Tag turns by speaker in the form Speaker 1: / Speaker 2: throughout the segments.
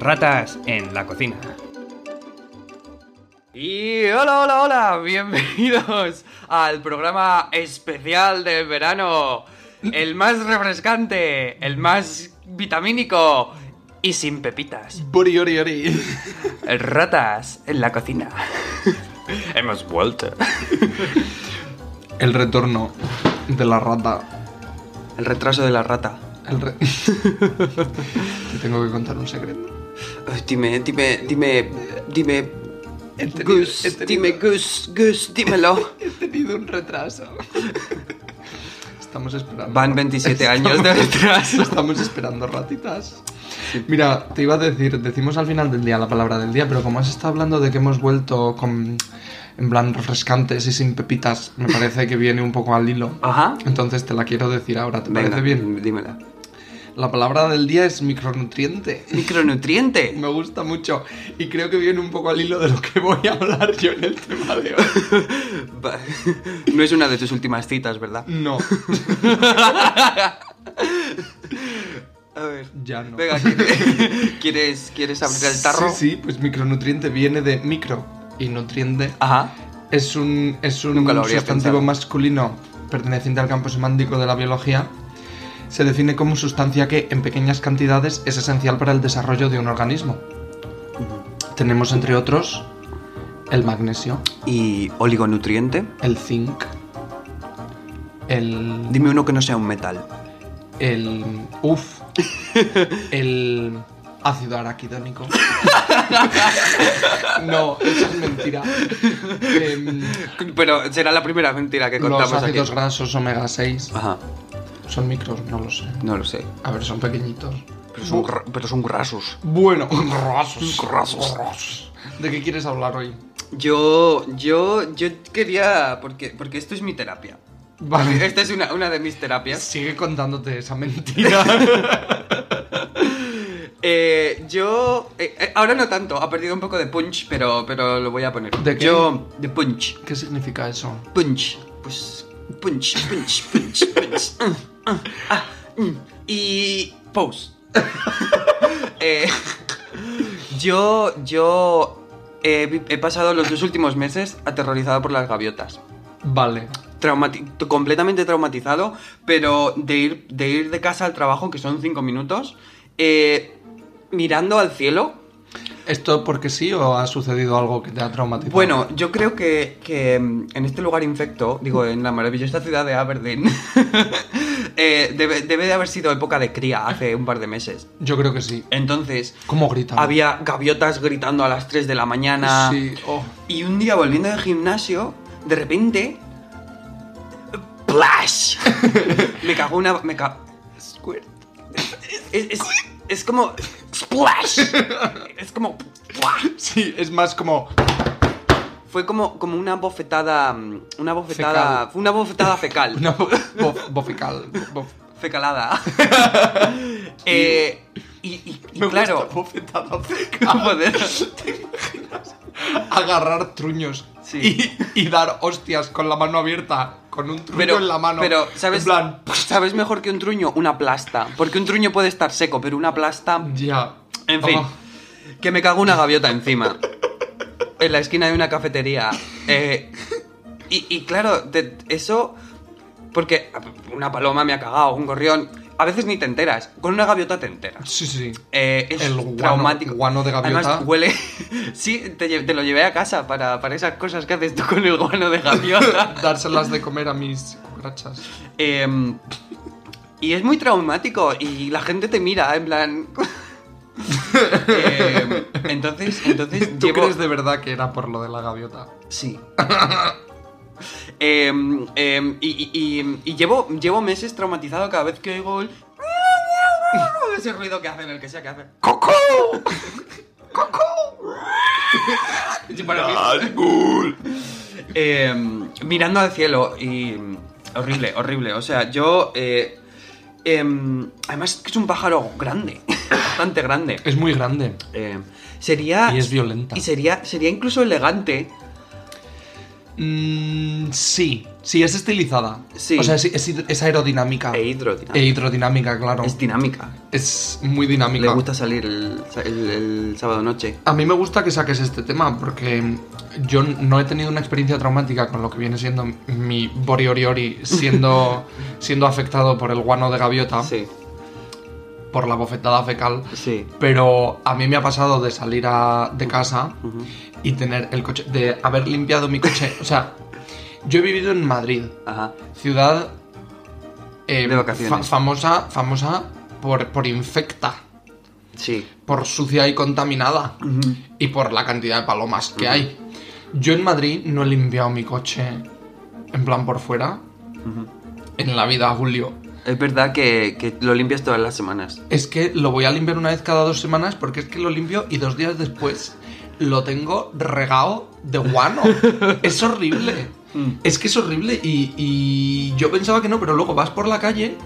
Speaker 1: Ratas en la cocina. Y hola, hola, hola, bienvenidos al programa especial de verano. El más refrescante, el más vitamínico y sin pepitas.
Speaker 2: Buri, ori, ori.
Speaker 1: Ratas en la cocina. Hemos vuelto.
Speaker 2: El retorno de la rata.
Speaker 1: El retraso de la rata.
Speaker 2: El re- Te tengo que contar un secreto.
Speaker 1: Ay, Dime, dime, dime, dime.
Speaker 2: He tenido-
Speaker 1: Goose,
Speaker 2: he tenido-
Speaker 1: dime, Goose, Goose, dímelo.
Speaker 2: He tenido un retraso. Estamos esperando.
Speaker 1: Van 27 años de retraso.
Speaker 2: Estamos esperando ratitas. Mira, te iba a decir, decimos al final del día la palabra del día, pero como has estado hablando de que hemos vuelto con en plan refrescantes y sin pepitas, me parece que viene un poco al hilo.
Speaker 1: Ajá.
Speaker 2: Entonces te la quiero decir ahora, ¿te
Speaker 1: Ah. Venga,
Speaker 2: parece bien?
Speaker 1: dímela.
Speaker 2: La palabra del día es micronutriente.
Speaker 1: Micronutriente.
Speaker 2: Me gusta mucho y creo que viene un poco al hilo de lo que voy a hablar yo en el tema de hoy.
Speaker 1: Va- No es una de tus últimas citas, ¿verdad?
Speaker 2: No,
Speaker 1: A ver.
Speaker 2: ya no.
Speaker 1: Venga, ¿quieres, ¿quieres, quieres abrir el tarro?
Speaker 2: Sí, sí, pues micronutriente viene de micro y nutriente
Speaker 1: Ajá.
Speaker 2: es un, es un
Speaker 1: Nunca lo habría
Speaker 2: sustantivo
Speaker 1: pensado.
Speaker 2: masculino perteneciente al campo semántico de la biología. Se define como sustancia que en pequeñas cantidades es esencial para el desarrollo de un organismo. Tenemos entre otros el magnesio,
Speaker 1: ¿Y oligonutriente?
Speaker 2: el zinc, el
Speaker 1: Dime uno que no sea un metal.
Speaker 2: el uff el ácido araquidónico no eso es mentira Em,
Speaker 1: Pero será la primera mentira que contamos
Speaker 2: los ácidos
Speaker 1: aquí.
Speaker 2: grasos omega 6
Speaker 1: Ajá.
Speaker 2: son micros no lo sé
Speaker 1: No lo sé.
Speaker 2: a ver son pequeñitos
Speaker 1: Pero son, gr- pero son grasos.
Speaker 2: bueno grasos
Speaker 1: Grasos.
Speaker 2: grasos. de qué quieres hablar hoy
Speaker 1: Yo, yo, yo quería... Porque, porque esto es mi terapia.
Speaker 2: Vale.
Speaker 1: Esta es una, una de mis terapias.
Speaker 2: sigue contándote esa mentira
Speaker 1: Eh, yo... eh, eh, ahora no tanto. Ha perdido un poco de punch, pero, pero lo voy a poner.
Speaker 2: ¿De qué?
Speaker 1: Yo... De punch.
Speaker 2: qué significa eso
Speaker 1: punch, pues punch, punch, punch, punch. Mm, mm, ah, mm. y pose. Eh, yo, yo he, vi- he pasado los dos últimos meses aterrorizado por las gaviotas.
Speaker 2: vale
Speaker 1: Traumati- completamente traumatizado, pero de ir, de ir de casa al trabajo, que son cinco minutos, eh, mirando al cielo,
Speaker 2: esto porque sí o ha sucedido algo que te ha traumatizado
Speaker 1: Bueno, yo creo que, que, mm, en este lugar infecto, digo, en la maravillosa ciudad de Aberdeen, eh, debe, debe de haber sido época de cría hace un par de meses.
Speaker 2: yo creo que sí
Speaker 1: Entonces,
Speaker 2: cómo gritan
Speaker 1: había gaviotas gritando a las 3 de la mañana.
Speaker 2: sí oh.
Speaker 1: Y un día volviendo del gimnasio, de repente. ¡Plash! me cagó una. Me ca... Squirt. Es, es- es como. ¡Splash! es como. ¡Buah!
Speaker 2: Sí, es más como.
Speaker 1: Fue como, como una bofetada. mm, Una bofetada.
Speaker 2: Fecal.
Speaker 1: Fue una bofetada fecal.
Speaker 2: Una bo- bo- bofical. bo-
Speaker 1: Fecalada. Eh, y, y- y
Speaker 2: Me
Speaker 1: claro. ah,
Speaker 2: gusta bofetada fecal.
Speaker 1: Joder.
Speaker 2: Agarrar truños
Speaker 1: Sí.
Speaker 2: y, y dar hostias con la mano abierta, con un truño
Speaker 1: Pero,
Speaker 2: en la mano.
Speaker 1: pero, ¿sabes?
Speaker 2: En plan.
Speaker 1: ¿Sabes mejor que un truño? Una plasta. Porque un truño puede estar seco, pero una plasta.
Speaker 2: Ya.
Speaker 1: En fin.
Speaker 2: Ah,
Speaker 1: Que me cago una gaviota encima. En la esquina de una cafetería. Eh, y, y claro, te- eso. Porque una paloma me ha cagado, un gorrión. A veces ni te enteras. Con una gaviota te enteras.
Speaker 2: sí, sí.
Speaker 1: Eh, es
Speaker 2: El guano-
Speaker 1: traumático.
Speaker 2: guano de gaviota.
Speaker 1: Además, huele. Sí, te, lle- te lo llevé a casa para, para esas cosas que haces tú con el guano de gaviota.
Speaker 2: Dárselas de comer a mis cucarachas.
Speaker 1: Em, y es muy traumático y la gente te mira, en plan. Em, entonces, entonces.
Speaker 2: ¿Tú
Speaker 1: llevo-
Speaker 2: crees de verdad que era por lo de la gaviota?
Speaker 1: Sí. Em, em, y y- y- y llevo, llevo meses traumatizado cada vez que oigo el. Ese ruido que hacen, el que sea que hace.
Speaker 2: ¡Coco!
Speaker 1: Sí, para mí. Eh, mirando al cielo y... Horrible, horrible. O sea, yo... eh, em, además que es un pájaro grande, bastante grande.
Speaker 2: Es muy grande.
Speaker 1: Eh, sería...
Speaker 2: Y es violenta.
Speaker 1: Y sería, sería incluso elegante
Speaker 2: Mm, sí, sí, es estilizada.
Speaker 1: Sí.
Speaker 2: O sea, es, es hid- es aerodinámica.
Speaker 1: E hidrodinámica.
Speaker 2: E hidrodinámica, claro.
Speaker 1: Es dinámica.
Speaker 2: Es muy dinámica.
Speaker 1: Le gusta salir el, el- el sábado noche.
Speaker 2: A mí me gusta que saques este tema porque yo no he tenido una experiencia traumática con lo que viene siendo mi Bori Ori Ori siendo, siendo afectado por el guano de gaviota,
Speaker 1: Sí,
Speaker 2: por la bofetada fecal.
Speaker 1: sí.
Speaker 2: Pero a mí me ha pasado de salir a- de casa
Speaker 1: Ujú.
Speaker 2: y tener el coche, de haber limpiado mi coche. O sea, yo he vivido en Madrid,
Speaker 1: Ajá.
Speaker 2: ciudad eh,
Speaker 1: De vacaciones.
Speaker 2: fa- famosa, famosa por, por infecta,
Speaker 1: Sí.
Speaker 2: por sucia y contaminada
Speaker 1: Ujú.
Speaker 2: y por la cantidad de palomas que hay. Yo en Madrid no he limpiado mi coche en plan por fuera
Speaker 1: Ujú.
Speaker 2: en la vida, Julio.
Speaker 1: Es verdad que, que lo limpias todas las semanas.
Speaker 2: Es que lo voy a limpiar una vez cada dos semanas porque es que lo limpio y dos días después lo tengo regado de guano. es horrible.
Speaker 1: Mm.
Speaker 2: Es que es horrible y, y yo pensaba que no, pero luego vas por la calle.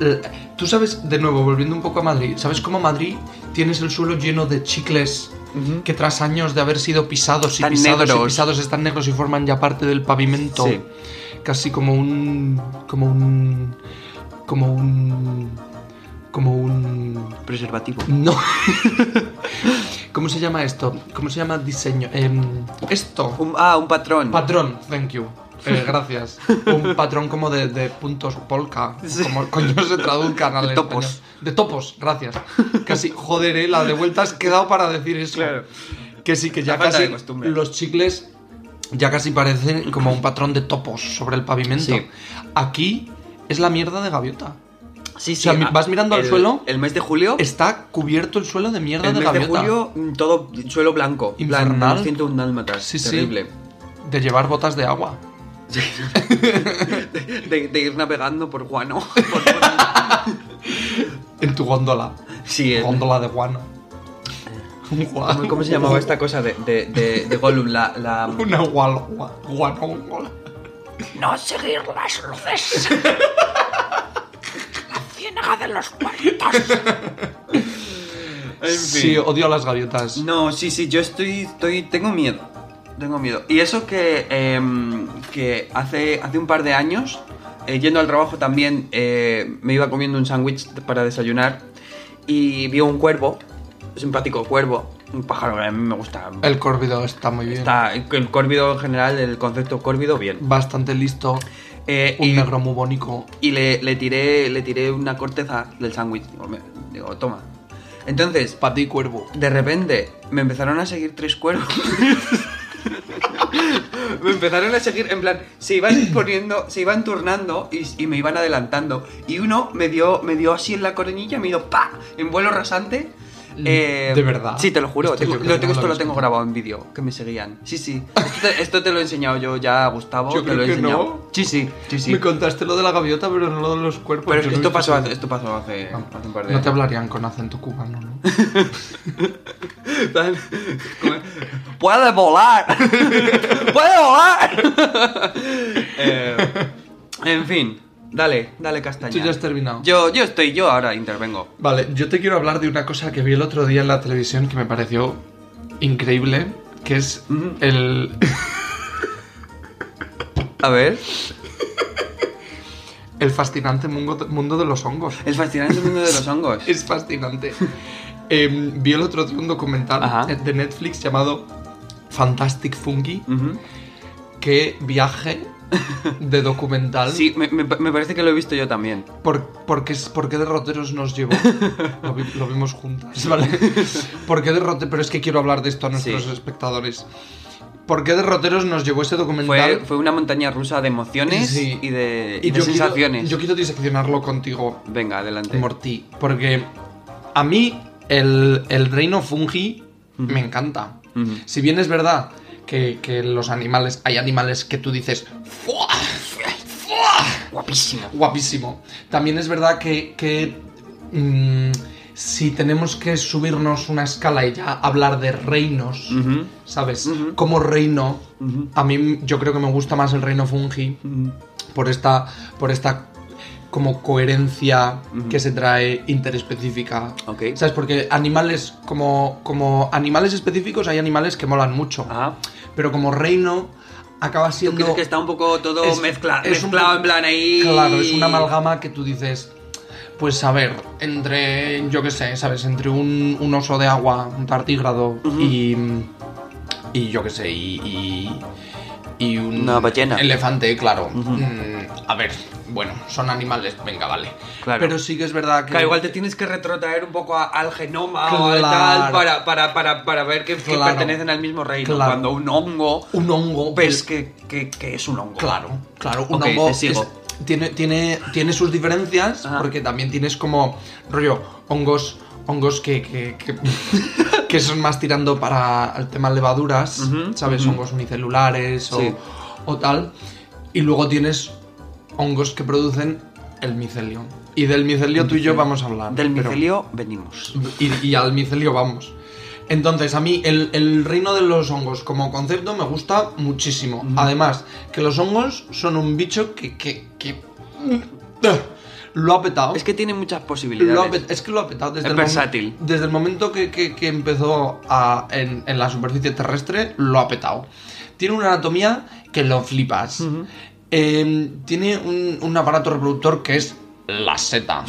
Speaker 2: l- Tú sabes, de nuevo, volviendo un poco a Madrid, ¿sabes cómo Madrid tienes el suelo lleno de chicles
Speaker 1: Ujú.
Speaker 2: que tras años de haber sido pisados y
Speaker 1: Están
Speaker 2: pisados y
Speaker 1: negros.
Speaker 2: pisados están negros y forman ya parte del pavimento?
Speaker 1: Sí.
Speaker 2: Casi como un. como un. como un. como un.
Speaker 1: Preservativo.
Speaker 2: No. ¿Cómo se llama esto? ¿Cómo se llama diseño? Em, esto.
Speaker 1: Un- ah, un patrón.
Speaker 2: Patrón, thank you. Eh, gracias. Un patrón como de, de puntos polka.
Speaker 1: Sí.
Speaker 2: Como coño se traduzcan al
Speaker 1: De topos.
Speaker 2: español. De topos, gracias. Casi, joder, eh, la de vuelta has quedado para decir eso.
Speaker 1: Claro.
Speaker 2: Que sí, que ya
Speaker 1: La falta
Speaker 2: casi
Speaker 1: de costumbre.
Speaker 2: los chicles ya casi parecen como un patrón de topos sobre el pavimento.
Speaker 1: Sí.
Speaker 2: Aquí es la mierda de gaviota.
Speaker 1: Sí, sí.
Speaker 2: O sea, mi-
Speaker 1: ah,
Speaker 2: vas mirando al
Speaker 1: el-
Speaker 2: suelo.
Speaker 1: El mes de julio.
Speaker 2: Está cubierto el suelo de mierda
Speaker 1: el
Speaker 2: de
Speaker 1: mes de
Speaker 2: gaviota.
Speaker 1: julio, mm, todo suelo blanco.
Speaker 2: Infernal.
Speaker 1: Plan, 101 dálmatas.
Speaker 2: Sí, sí.
Speaker 1: Terrible.
Speaker 2: De llevar botas de agua.
Speaker 1: De, de ir navegando por guano. Por- por-
Speaker 2: En tu góndola.
Speaker 1: sí, el-
Speaker 2: Góndola de guano.
Speaker 1: Eh. ¿Cómo, cómo se llamaba esta cosa de, de, de, de Gollum? La, la...
Speaker 2: Una gual, gua- guanóngola.
Speaker 3: No seguir las luces. La ciénaga de los muertos.
Speaker 2: Sí, odio a las gaviotas.
Speaker 1: No, sí, sí, yo estoy, estoy, tengo miedo, tengo miedo. Y eso que, em, que hace, hace un par de años, eh, yendo al trabajo también, eh, me iba comiendo un sándwich para desayunar y vi un cuervo, un simpático cuervo, un pájaro que a mí me gusta.
Speaker 2: El córvido está muy bien.
Speaker 1: Está, el córvido en general, el concepto córvido, bien.
Speaker 2: Bastante listo.
Speaker 1: Eh,
Speaker 2: Un
Speaker 1: y-
Speaker 2: negro muy bonito.
Speaker 1: y le, le tiré, le tiré una corteza del sándwich. Digo, me- digo, toma. Entonces,
Speaker 2: Para ti, cuervo.
Speaker 1: de repente, me empezaron a seguir tres cuervos. me empezaron a seguir, en plan, se iban poniendo, se iban turnando y, y me iban adelantando. Y uno me dio, me dio así en la coronilla, me dio ¡pa! en vuelo rasante. Eh,
Speaker 2: Mm, ¿De verdad?
Speaker 1: Sí, te lo juro.
Speaker 2: Esto
Speaker 1: tengo-
Speaker 2: yo creo
Speaker 1: lo
Speaker 2: que
Speaker 1: tengo-
Speaker 2: no lo
Speaker 1: esto lo
Speaker 2: habéis
Speaker 1: tengo
Speaker 2: contado.
Speaker 1: grabado en vídeo, que me seguían. Sí, sí. Esto te, esto te lo he enseñado yo ya, Gustavo.
Speaker 2: Yo
Speaker 1: te
Speaker 2: creo
Speaker 1: lo he
Speaker 2: que
Speaker 1: enseñado.
Speaker 2: no.
Speaker 1: Sí, sí, sí, sí.
Speaker 2: Me contaste lo de la gaviota, pero no lo de los cuerpos.
Speaker 1: Pero
Speaker 2: Yo no
Speaker 1: esto
Speaker 2: he
Speaker 1: pasó,
Speaker 2: visto-
Speaker 1: hace, esto pasó hace, hace un par de
Speaker 2: Ah, No te
Speaker 1: años.
Speaker 2: hablarían con acento cubano, ¿no?
Speaker 1: ¡Puede volar! ¡Puede volar! Eh, en fin, dale, dale castaña.
Speaker 2: Tú ya has terminado.
Speaker 1: Yo, yo estoy, yo ahora intervengo.
Speaker 2: Vale, yo te quiero hablar de una cosa que vi el otro día en la televisión que me pareció increíble, que es
Speaker 1: Ujú.
Speaker 2: el...
Speaker 1: A ver.
Speaker 2: El fascinante mungo- mundo de los hongos.
Speaker 1: El fascinante mundo de los hongos.
Speaker 2: Es fascinante. Em, vi el otro día un documental
Speaker 1: Ajá.
Speaker 2: eh, de Netflix llamado Fantastic Fungi,
Speaker 1: Ujú.
Speaker 2: que viaje de documental.
Speaker 1: Sí, me, me- me parece que lo he visto yo también.
Speaker 2: Por, porque, es- ¿Por qué derroteros nos llevó? Lo, vi- lo vimos juntas, ¿vale? ¿Por qué derrote? Pero es que quiero hablar de esto a nuestros
Speaker 1: Sí.
Speaker 2: espectadores. ¿Por qué derroteros nos llevó ese documental?
Speaker 1: Fue, fue una montaña rusa de emociones
Speaker 2: Sí.
Speaker 1: y de,
Speaker 2: Y
Speaker 1: y de
Speaker 2: yo quiero-
Speaker 1: sensaciones.
Speaker 2: yo quiero diseccionarlo contigo.
Speaker 1: Venga, adelante.
Speaker 2: Morty, porque a mí el, el reino fungi me encanta.
Speaker 1: Ujú.
Speaker 2: Si bien es verdad que, que los animales, hay animales que tú dices, "Fua, fua",
Speaker 1: Guapísimo.
Speaker 2: guapísimo. También es verdad que, que, mm, si tenemos que subirnos una escala y ya hablar de reinos,
Speaker 1: Ujú,
Speaker 2: ¿sabes?
Speaker 1: Ujú.
Speaker 2: Como reino,
Speaker 1: ujú,
Speaker 2: a mí yo creo que me gusta más el reino fungi
Speaker 1: ujú.
Speaker 2: por esta por esta como coherencia
Speaker 1: Ujú.
Speaker 2: que se trae interespecífica.
Speaker 1: Ok.
Speaker 2: ¿Sabes? Porque animales como como animales específicos hay animales que molan mucho,
Speaker 1: Ajá.
Speaker 2: pero como reino acaba
Speaker 1: Ah. ¿Tú crees
Speaker 2: siendo...
Speaker 1: que está un poco todo
Speaker 2: es-
Speaker 1: mezcla-
Speaker 2: es un
Speaker 1: mezclado
Speaker 2: po-
Speaker 1: en plan ahí?
Speaker 2: Claro, es una amalgama que tú dices, pues a ver, entre, yo qué sé, ¿sabes? Entre un, un oso de agua, un tartígrado y... Y yo qué sé, y... y y un
Speaker 1: Una ballena.
Speaker 2: elefante, claro. Mm, a ver, bueno, son animales, venga, vale.
Speaker 1: Claro.
Speaker 2: Pero sí que es verdad que...
Speaker 1: Claro, igual te tienes que retrotraer un poco a- al genoma o al
Speaker 2: Claro.
Speaker 1: tal para, para, para, para ver que, que
Speaker 2: Claro.
Speaker 1: pertenecen al mismo reino.
Speaker 2: Claro.
Speaker 1: Cuando un hongo
Speaker 2: Un hongo...
Speaker 1: ves
Speaker 2: pues,
Speaker 1: que, que, que es un hongo.
Speaker 2: Claro, claro, un
Speaker 1: Ok,
Speaker 2: hongo
Speaker 1: te sigo.
Speaker 2: es- tiene, tiene, tiene sus diferencias,
Speaker 1: Ajá.
Speaker 2: porque también tienes como, rollo, hongos, hongos que, que, que, que son más tirando para el tema levaduras,
Speaker 1: Ujú,
Speaker 2: ¿sabes?
Speaker 1: ujú.
Speaker 2: Hongos unicelulares
Speaker 1: Sí.
Speaker 2: o, o tal. Y luego tienes hongos que producen el micelio. Y del micelio tú y yo vamos a hablar.
Speaker 1: Del
Speaker 2: pero-
Speaker 1: micelio venimos.
Speaker 2: y, y al micelio vamos. Entonces, a mí el, el reino de los hongos como concepto me gusta muchísimo. Además, que los hongos son un bicho que... que, que- Lo ha petado.
Speaker 1: Es que tiene muchas
Speaker 2: Lo ha
Speaker 1: posibilidades.
Speaker 2: pet- es que lo ha petado desde
Speaker 1: Es
Speaker 2: el momen-
Speaker 1: versátil.
Speaker 2: desde el momento que, que- que empezó a- en, en la superficie terrestre, lo ha petado. Tiene una anatomía que lo flipas. Eh, tiene un, un aparato reproductor que es la seta.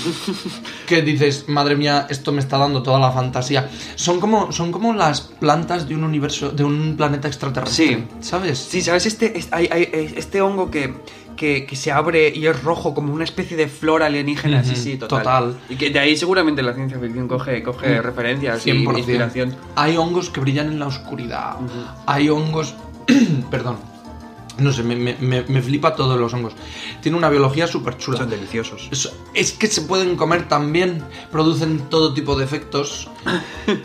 Speaker 2: que dices, madre mía, esto me está dando toda la fantasía. Son como, son como las plantas de un universo, de un planeta extraterrestre.
Speaker 1: Sí.
Speaker 2: ¿Sabes?
Speaker 1: Sí, ¿sabes? Este, es- hay- hay- es- este hongo que, que, que se abre y es rojo como una especie de flor alienígena. sí,
Speaker 2: Ujú,
Speaker 1: sí, total.
Speaker 2: total.
Speaker 1: Y que de ahí seguramente la ciencia ficción coge, coge
Speaker 2: Mm,
Speaker 1: referencias y
Speaker 2: 100%.
Speaker 1: inspiración.
Speaker 2: Hay hongos que brillan en la oscuridad.
Speaker 1: Ujú.
Speaker 2: Hay hongos. Perdón. No sé, me, me- me- me flipa todos los hongos. Tiene una biología súper chula.
Speaker 1: Son deliciosos.
Speaker 2: Es, es que se pueden comer también. Producen todo tipo de efectos.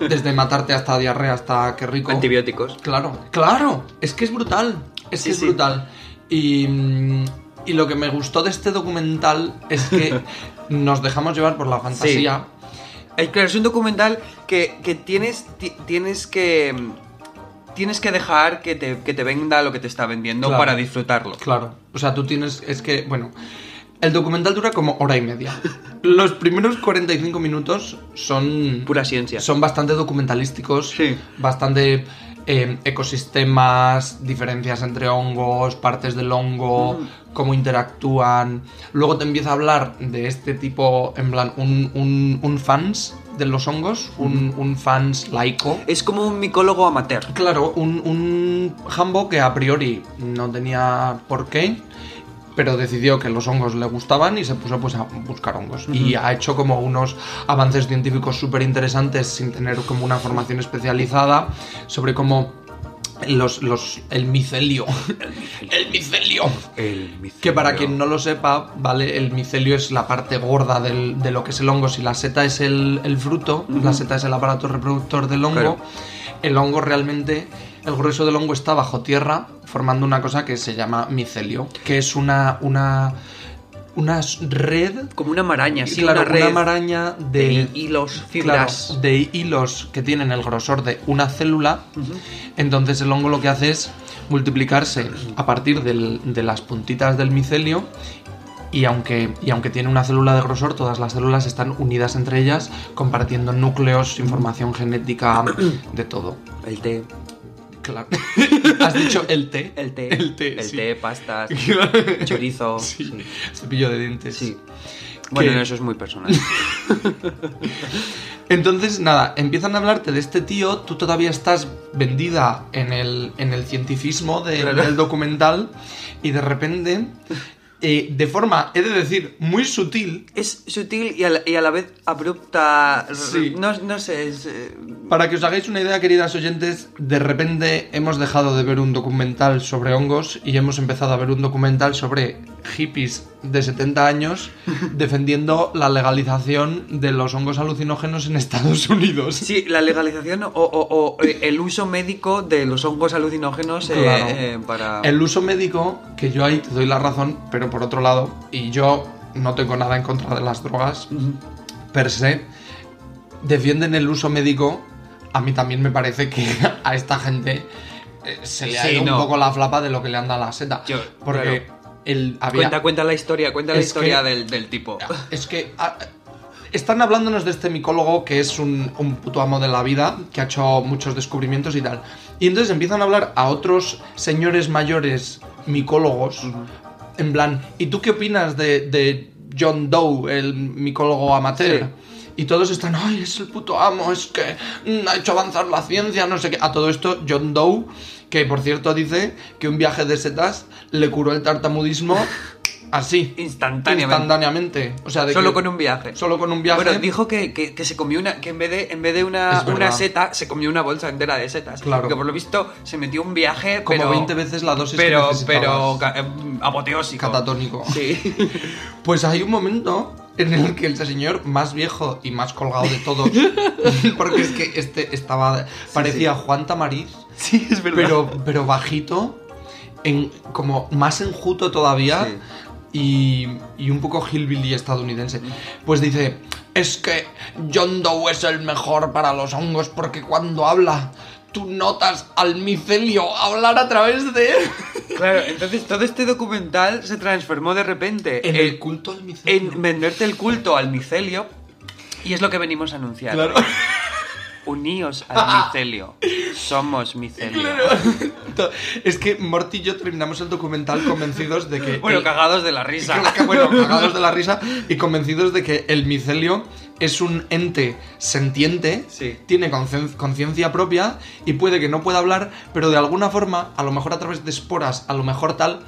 Speaker 2: desde matarte hasta diarrea, hasta qué rico.
Speaker 1: Antibióticos.
Speaker 2: Claro, claro, es que es brutal, es
Speaker 1: Sí,
Speaker 2: que es
Speaker 1: sí.
Speaker 2: brutal. Y, mm, y lo que me gustó de este documental es que nos dejamos llevar por la fantasía.
Speaker 1: Eh, claro, es un documental que, que tienes, ti- tienes que. Tienes que dejar que te, que te venda lo que te está vendiendo
Speaker 2: Claro.
Speaker 1: para disfrutarlo.
Speaker 2: Claro, o sea, tú tienes, es que, bueno, el documental dura como hora y media. Los primeros 45 minutos son...
Speaker 1: Pura ciencia.
Speaker 2: Son bastante documentalísticos,
Speaker 1: Sí.
Speaker 2: bastante eh, ecosistemas, diferencias entre hongos, partes del hongo,
Speaker 1: Mm.
Speaker 2: cómo interactúan. Luego te empieza a hablar de este tipo, en plan, un, un- un fans de los hongos, un, un fans laico.
Speaker 1: Es como un micólogo amateur.
Speaker 2: Claro, un, un jambo que a priori no tenía por qué, pero decidió que los hongos le gustaban y se puso pues a buscar hongos. Y ha hecho como unos avances científicos súper interesantes sin tener como una formación especializada sobre cómo los, los, el micelio. el micelio. Que para quien no lo sepa, ¿vale? El micelio es la parte gorda del- de lo que es el hongo. Si la seta es el, el fruto, la seta es el aparato reproductor del
Speaker 1: Claro.
Speaker 2: hongo, el hongo realmente, el grueso del hongo está bajo tierra, formando una cosa que se llama micelio, que es una, una, una s- red,
Speaker 1: Como una maraña, sí,
Speaker 2: claro,
Speaker 1: una red
Speaker 2: maraña
Speaker 1: de
Speaker 2: de,
Speaker 1: hilos,
Speaker 2: claro,
Speaker 1: fibras.
Speaker 2: de hilos que tienen el grosor de una célula. Entonces el hongo lo que hace es multiplicarse a partir del- de las puntitas del micelio y aunque, y aunque tiene una célula de grosor, todas las células están unidas entre ellas, compartiendo núcleos, información genética, de todo.
Speaker 1: El té,
Speaker 2: Claro. Has dicho el té.
Speaker 1: el té,
Speaker 2: El té, sí.
Speaker 1: té, pastas, chorizo.
Speaker 2: Sí.
Speaker 1: Sí.
Speaker 2: Cepillo de dientes.
Speaker 1: sí. Bueno,
Speaker 2: Que-
Speaker 1: no, eso es muy personal.
Speaker 2: Entonces, nada, empiezan a hablarte de este tío, tú todavía estás vendida en el, en el cientificismo de-
Speaker 1: Claro.
Speaker 2: del documental y de repente, eh, de forma, he de decir, muy sutil,
Speaker 1: es sutil y a la, y a la vez abrupta.
Speaker 2: Sí.
Speaker 1: No, no sé, es. eh,
Speaker 2: para que os hagáis una idea, queridas oyentes, de repente hemos dejado de ver un documental sobre hongos y hemos empezado a ver un documental sobre hippies de 70 años defendiendo la legalización de los hongos alucinógenos en Estados Unidos.
Speaker 1: Sí, la legalización o, o- o, eh, el uso médico de los hongos alucinógenos eh,
Speaker 2: Claro.
Speaker 1: eh, para...
Speaker 2: El uso médico, que yo ahí te doy la razón, pero por otro lado, y yo no tengo nada en contra de las drogas,
Speaker 1: Ujú.
Speaker 2: per se, defienden el uso médico, a mí también me parece que a esta gente eh, se le ha
Speaker 1: Sí,
Speaker 2: ido
Speaker 1: no.
Speaker 2: un poco la flapa de lo que le anda a la seta.
Speaker 1: Yo-
Speaker 2: porque el, había...
Speaker 1: Cuenta, cuenta la historia, cuenta la
Speaker 2: Es
Speaker 1: historia
Speaker 2: que-
Speaker 1: del, del tipo.
Speaker 2: Es que... ah, Están hablándonos de este micólogo que es un, un puto amo de la vida, que ha hecho muchos descubrimientos y tal. Y entonces empiezan a hablar a otros señores mayores micólogos, en plan, ¿y tú qué opinas de, de John Doe, el micólogo amateur? Y todos están, ay, es el puto amo, es que mm, ha hecho avanzar la ciencia, no sé qué. A todo esto, John Doe, que por cierto dice que un viaje de setas le curó el tartamudismo así.
Speaker 1: Instantáneamente.
Speaker 2: Instantáneamente. O sea, de
Speaker 1: Solo
Speaker 2: que-
Speaker 1: con un viaje.
Speaker 2: Solo con un viaje.
Speaker 1: Bueno, dijo que, que- que se comió una. que en vez de, en vez de una,
Speaker 2: Es verdad.
Speaker 1: una seta, se comió una bolsa entera de setas.
Speaker 2: Claro.
Speaker 1: Que por lo visto se metió un viaje.
Speaker 2: como
Speaker 1: pero,
Speaker 2: 20 veces la dosis
Speaker 1: Pero,
Speaker 2: que
Speaker 1: pero.
Speaker 2: necesitabas.
Speaker 1: ca- em, apoteósico.
Speaker 2: Catatónico.
Speaker 1: Sí.
Speaker 2: Pues hay un momento en el que el señor más viejo y más colgado de todos, porque es que este estaba parecía Juan Tamariz,
Speaker 1: sí, es verdad.
Speaker 2: pero pero bajito, en como más enjuto todavía.
Speaker 1: Sí.
Speaker 2: Y, y un poco hillbilly estadounidense. Pues dice, es que John Doe es el mejor para los hongos porque cuando habla, tú notas al micelio hablar a través de él.
Speaker 1: Claro, entonces todo este documental se transformó de repente
Speaker 2: En
Speaker 1: en-
Speaker 2: el culto al micelio.
Speaker 1: en venderte el culto al micelio. Y es lo que venimos a anunciar.
Speaker 2: Claro.
Speaker 1: Uníos al micelio. Somos micelio.
Speaker 2: To- Es que Morty y yo terminamos el documental convencidos de que.
Speaker 1: Bueno,
Speaker 2: el-
Speaker 1: cagados de la risa.
Speaker 2: que- bueno, cagados de la risa y convencidos de que el micelio es un ente sentiente,
Speaker 1: Sí.
Speaker 2: tiene concien- conciencia propia y puede que no pueda hablar, pero de alguna forma, a lo mejor a través de esporas, a lo mejor tal,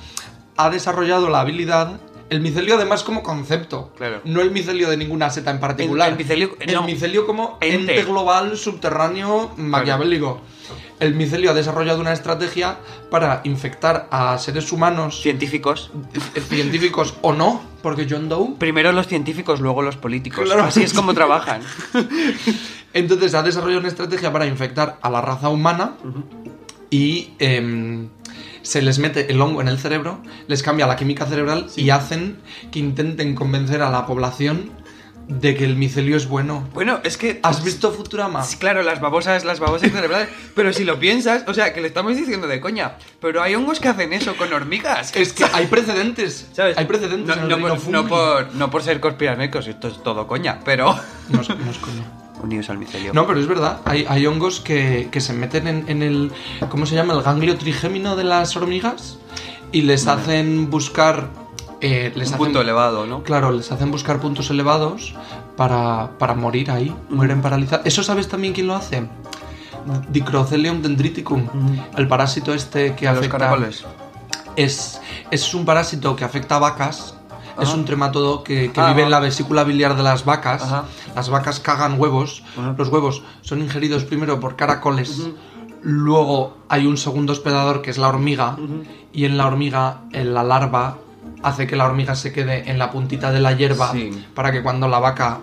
Speaker 2: ha desarrollado la habilidad. El micelio además como concepto,
Speaker 1: Claro.
Speaker 2: no el micelio de ninguna seta en particular.
Speaker 1: El- el micelio-
Speaker 2: El
Speaker 1: no.
Speaker 2: micelio como
Speaker 1: Ente.
Speaker 2: ente global, subterráneo, maquiavélico. El micelio ha desarrollado una estrategia para infectar a seres humanos,
Speaker 1: Científicos.
Speaker 2: eh, científicos o no, porque John Doe.
Speaker 1: Primero los científicos, luego los políticos.
Speaker 2: Claro.
Speaker 1: Así es como trabajan.
Speaker 2: Entonces ha desarrollado una estrategia para infectar a la raza humana y em, se les mete el hongo en el cerebro, les cambia la química cerebral y hacen que intenten convencer a la población de que el micelio es Ah. bueno.
Speaker 1: Bueno, es que.
Speaker 2: ¿Has visto Futurama?
Speaker 1: Sí, claro, las babosas, las babosas cerebrales. Pero si lo piensas, o sea, que le estamos diciendo de coña. Pero hay hongos que hacen eso con hormigas.
Speaker 2: Es que hay precedentes.
Speaker 1: ¿Sabes?
Speaker 2: Hay precedentes
Speaker 1: No,
Speaker 2: en el
Speaker 1: no
Speaker 2: reino
Speaker 1: por, no
Speaker 2: fungi.
Speaker 1: por- no por ser conspiranoicos, esto es todo coña, pero.
Speaker 2: No es- no es coña.
Speaker 1: Unidos al micelio.
Speaker 2: No, pero es verdad, hay, hay hongos que, que se meten en, en el. ¿Cómo se llama? El ganglio trigémino de las hormigas y les hacen buscar. eh, les
Speaker 1: un
Speaker 2: hacen-
Speaker 1: punto elevado, ¿no?
Speaker 2: Claro, les hacen buscar puntos elevados para, para morir ahí, mueren paralizados. ¿Eso sabes también quién lo hace? Dicrocelium dendriticum, el parásito este que
Speaker 1: A los
Speaker 2: afecta
Speaker 1: caracoles.
Speaker 2: es, es un parásito que afecta a vacas. Es
Speaker 1: Ah.
Speaker 2: un trematodo que, que
Speaker 1: Ah,
Speaker 2: vive en la
Speaker 1: vale.
Speaker 2: vesícula biliar de las vacas.
Speaker 1: Ajá.
Speaker 2: Las vacas cagan huevos.
Speaker 1: Ajá.
Speaker 2: Los huevos son ingeridos primero por caracoles. Luego hay un segundo hospedador que es la hormiga. Y en la hormiga, en la larva, hace que la hormiga se quede en la puntita de la hierba.
Speaker 1: Sí. Mm.
Speaker 2: Para que cuando la vaca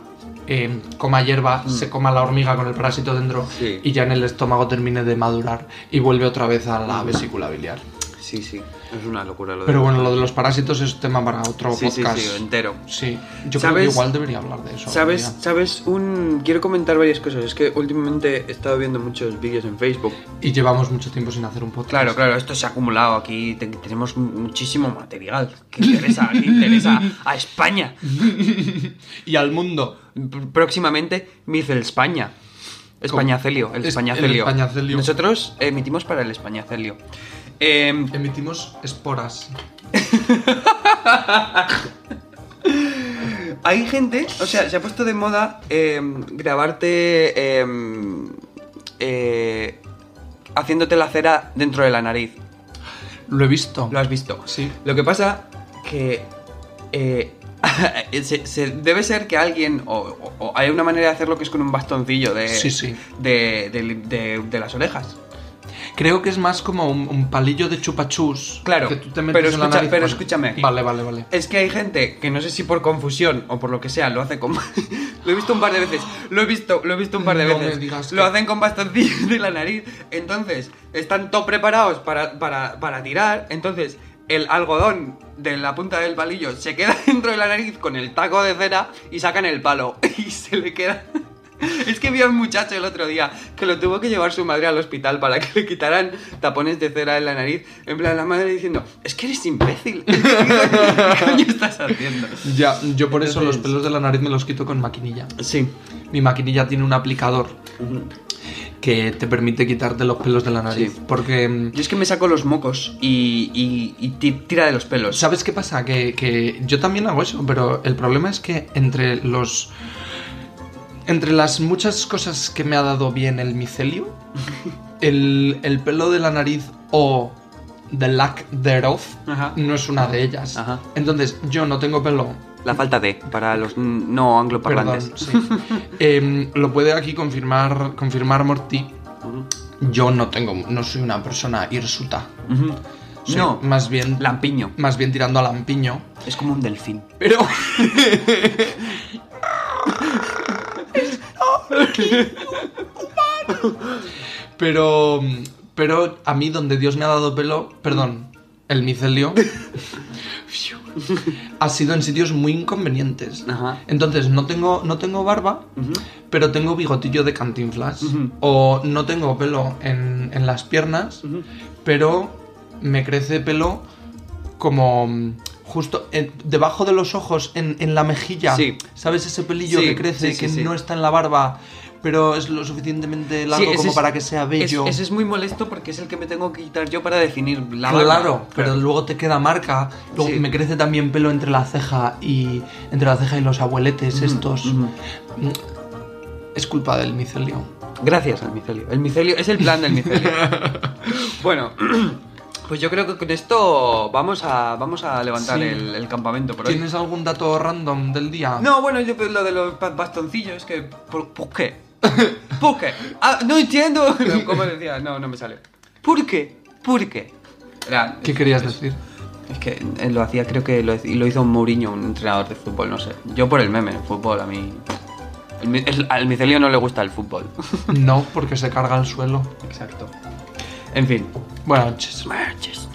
Speaker 2: eh, coma hierba, se coma la hormiga con el parásito dentro.
Speaker 1: Sí.
Speaker 2: Y ya en el estómago termine de madurar. Y vuelve otra vez a la vesícula biliar.
Speaker 1: Sí, sí. Es una locura lo de.
Speaker 2: Pero bueno, lo de los parásitos es tema para otro
Speaker 1: Sí, sí,
Speaker 2: podcast.
Speaker 1: sí, entero.
Speaker 2: Sí. yo creo
Speaker 1: ¿Sabes?
Speaker 2: que igual debería hablar de eso.
Speaker 1: ¿Sabes?
Speaker 2: algún día.
Speaker 1: ¿Sabes? Un... Quiero comentar varias cosas. Es que últimamente he estado viendo muchos vídeos en Facebook. Pues
Speaker 2: Y llevamos mucho tiempo sin hacer un podcast.
Speaker 1: Claro, claro, esto se ha acumulado aquí. te- tenemos mu- muchísimo material que interesa, que interesa a España.
Speaker 2: Y al mundo.
Speaker 1: Pr- Próximamente, Mizel España. Españacelio, el
Speaker 2: Es-
Speaker 1: Españacelio.
Speaker 2: el Españacelio.
Speaker 1: Nosotros emitimos para el Españacelio. Em,
Speaker 2: Emitimos esporas.
Speaker 1: Hay gente, o sea, se ha puesto de moda eh, grabarte eh, eh, haciéndote la cera dentro de la nariz.
Speaker 2: Lo he visto.
Speaker 1: ¿Lo has visto?
Speaker 2: Sí.
Speaker 1: Lo que pasa que eh, se, se- debe ser que alguien o, o- o hay una manera de hacerlo que es con un bastoncillo de
Speaker 2: Sí, sí.
Speaker 1: de, de- de- de las orejas.
Speaker 2: Creo que es más como un, un palillo de chupachus.
Speaker 1: Claro,
Speaker 2: Que tú te metes
Speaker 1: pero
Speaker 2: en la
Speaker 1: escucha-
Speaker 2: nariz.
Speaker 1: pero
Speaker 2: Vale.
Speaker 1: escúchame aquí.
Speaker 2: Vale, vale, vale.
Speaker 1: Es que hay gente que no sé si por confusión o por lo que sea lo hace con lo he visto un par de veces. Lo he visto, lo he visto un par de
Speaker 2: No
Speaker 1: veces.
Speaker 2: me digas
Speaker 1: lo
Speaker 2: que-
Speaker 1: hacen con bastoncillos de la nariz. Entonces, están todo preparados para, para, para tirar. Entonces, el algodón de la punta del palillo se queda dentro de la nariz con el taco de cera y sacan el palo y se le queda Es que vi a un muchacho el otro día que lo tuvo que llevar su madre al hospital para que le quitaran tapones de cera en la nariz. En plan, la madre diciendo, es que eres imbécil. ¿Qué coño estás haciendo?
Speaker 2: Ya, yo por eso los
Speaker 1: Entonces-
Speaker 2: pelos de la nariz me los quito con maquinilla.
Speaker 1: Sí.
Speaker 2: Mi maquinilla tiene un aplicador que te permite quitarte los pelos de la nariz.
Speaker 1: Sí.
Speaker 2: Porque, mm,
Speaker 1: Yo es que me saco los mocos y, y- y ti- tira de los pelos.
Speaker 2: ¿sabes qué pasa? Que, que yo también hago eso, pero el problema es que entre los... Entre las muchas cosas que me ha dado bien el micelio, el, el pelo de la nariz o the lack thereof
Speaker 1: Ajá.
Speaker 2: no es una de ellas.
Speaker 1: Ajá.
Speaker 2: Entonces, yo no tengo pelo
Speaker 1: La falta de, para los n- no angloparlantes.
Speaker 2: Perdón, sí. Em, lo puede aquí confirmar, confirmar Morty. Yo no tengo, no soy una persona hirsuta.
Speaker 1: Ujú.
Speaker 2: Soy
Speaker 1: No,
Speaker 2: más bien,
Speaker 1: lampiño.
Speaker 2: más bien tirando a lampiño.
Speaker 1: Es como un delfín.
Speaker 2: Pero pero, pero a mí donde Dios me ha dado pelo, perdón, el micelio, ha sido en sitios muy inconvenientes.
Speaker 1: Ajá.
Speaker 2: Entonces no tengo, no tengo barba,
Speaker 1: Ujú.
Speaker 2: pero tengo bigotillo de cantinflas.
Speaker 1: Ujú.
Speaker 2: O no tengo pelo en, en las piernas,
Speaker 1: Ujú.
Speaker 2: pero me crece pelo como mm, justo en- debajo de los ojos, en, en la mejilla.
Speaker 1: Sí.
Speaker 2: ¿Sabes ese pelillo
Speaker 1: Sí,
Speaker 2: que crece,
Speaker 1: sí, sí,
Speaker 2: que
Speaker 1: sí.
Speaker 2: no está en la barba, pero es lo suficientemente largo
Speaker 1: Sí, ese
Speaker 2: como
Speaker 1: es-
Speaker 2: para que sea bello?
Speaker 1: es- ese es muy molesto porque es el que me tengo que quitar yo para definir la barba.
Speaker 2: Claro, pero luego te queda marca. Luego
Speaker 1: Sí.
Speaker 2: me crece también pelo entre la ceja y entre la ceja y los abueletes estos.
Speaker 1: ujú.
Speaker 2: Mm, Es culpa del micelio.
Speaker 1: Gracias al micelio. El micelio es el plan del micelio. bueno, pues yo creo que con esto vamos a, vamos a levantar
Speaker 2: Sí.
Speaker 1: el, el campamento por hoy.
Speaker 2: ¿Tienes algún dato random del día?
Speaker 1: No, bueno, yo, pues lo de los ba- bastoncillos, que... ¿Por, por qué? ¿Por qué? Ah, no entiendo. No, ¿Cómo decía? No, no me sale. ¿Por qué? ¿Por qué? Era-
Speaker 2: ¿Qué querías decir?
Speaker 1: Es que eh, lo hacía, creo que lo, lo hizo Mourinho, un entrenador de fútbol, no sé. Yo por el meme, el fútbol a mí... el mi- el- al micelio no le gusta el fútbol.
Speaker 2: No, porque se carga el suelo.
Speaker 1: Exacto. En fin.
Speaker 2: Buenas noches.
Speaker 1: Marches.